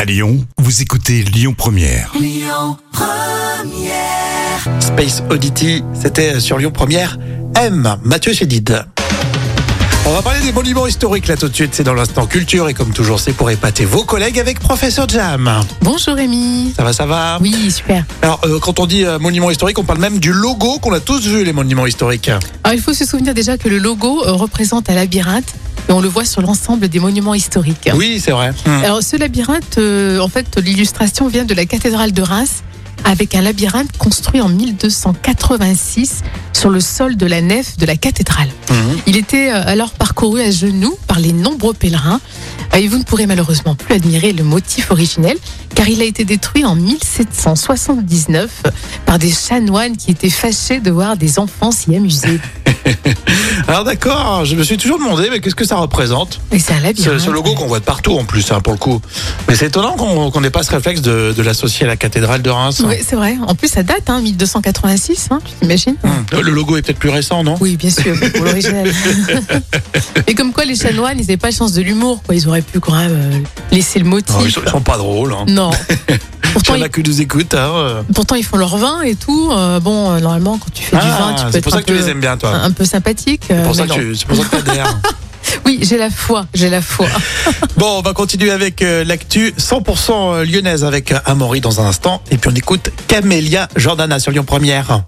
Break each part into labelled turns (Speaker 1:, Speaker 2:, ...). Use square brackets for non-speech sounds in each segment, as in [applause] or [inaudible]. Speaker 1: À Lyon, vous écoutez Lyon Première.
Speaker 2: Space Oddity, c'était euh, sur Lyon Première. M, Mathieu Chédid. On va parler des monuments historiques là tout de suite, c'est dans l'instant culture et comme toujours c'est pour épater vos collègues avec Professeur Jam.
Speaker 3: Bonjour Rémi.
Speaker 2: Ça va, ça va
Speaker 3: Oui, super.
Speaker 2: Alors euh, quand on dit euh, monument historique, on parle même du logo qu'on a tous vu les monuments historiques.
Speaker 3: Alors, il faut se souvenir déjà que le logo euh, représente un labyrinthe et on le voit sur l'ensemble des monuments historiques.
Speaker 2: Oui, c'est vrai. Hmm.
Speaker 3: Alors ce labyrinthe, euh, en fait, l'illustration vient de la cathédrale de Reims avec un labyrinthe construit en 1286 sur le sol de la nef de la cathédrale.
Speaker 2: Mhm.
Speaker 3: Il était euh, alors parcouru à genoux par les nombreux pèlerins. Euh, Et vous ne pourrez malheureusement plus admirer le motif originel, car il a été détruit en 1779 par des chanoines qui étaient fâchés de voir des enfants
Speaker 2: [laughs]
Speaker 3: s'y amuser.
Speaker 2: Alors d'accord, je me suis toujours demandé mais qu'est-ce que ça représente
Speaker 3: Et c'est un
Speaker 2: ce,
Speaker 3: labyrinthe.
Speaker 2: ce logo qu'on voit de partout en plus hein, pour le coup. Mais c'est étonnant qu'on qu'on n'ait pas ce réflexe de, de l'associer à la cathédrale de Reims. hein.
Speaker 3: Oui, c'est vrai. En plus, ça date, hein, 1286, hein, tu t'imagines
Speaker 2: Hmm. Le le logo est peut-être plus récent, non
Speaker 3: Oui, bien sûr, pour l'original. Et comme quoi, les chanoines, ils n'avaient pas le sens de l'humour. quoi. Ils auraient pu quand même euh, laisser le motif.
Speaker 2: Non, Ah, ils, sont, ils sont pas drôles. Hein. [laughs]
Speaker 3: Non. Pourtant
Speaker 2: Il y en a
Speaker 3: ils,
Speaker 2: qui nous écoutent. hein, euh.
Speaker 3: pourtant, ils font leur vin et tout. Euh, bon, euh, normalement, quand tu fais du vin,
Speaker 2: Ah,
Speaker 3: tu peux
Speaker 2: c'est
Speaker 3: être
Speaker 2: pour ça
Speaker 3: un
Speaker 2: que tu les
Speaker 3: peu,
Speaker 2: aimes bien, toi.
Speaker 3: un peu sympathique. euh,
Speaker 2: C'est pour ça
Speaker 3: mais
Speaker 2: que
Speaker 3: non.
Speaker 2: tu- c'est pour ça que
Speaker 3: [laughs]
Speaker 2: t'adhères.
Speaker 3: Oui, j'ai la foi, j'ai la foi.
Speaker 2: bon, on va continuer avec euh, l'actu 100% lyonnaise avec euh, Amaury dans un instant. Et puis on écoute Camélia Jordana sur Lyon Première.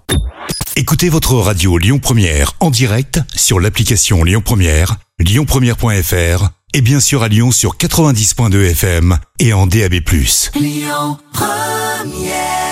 Speaker 1: Écoutez votre radio Lyon Première en direct sur l'application Lyon Première, lyonpremière.fr et bien sûr à Lyon sur 90.2 FM et en DAB+.
Speaker 4: Lyon Première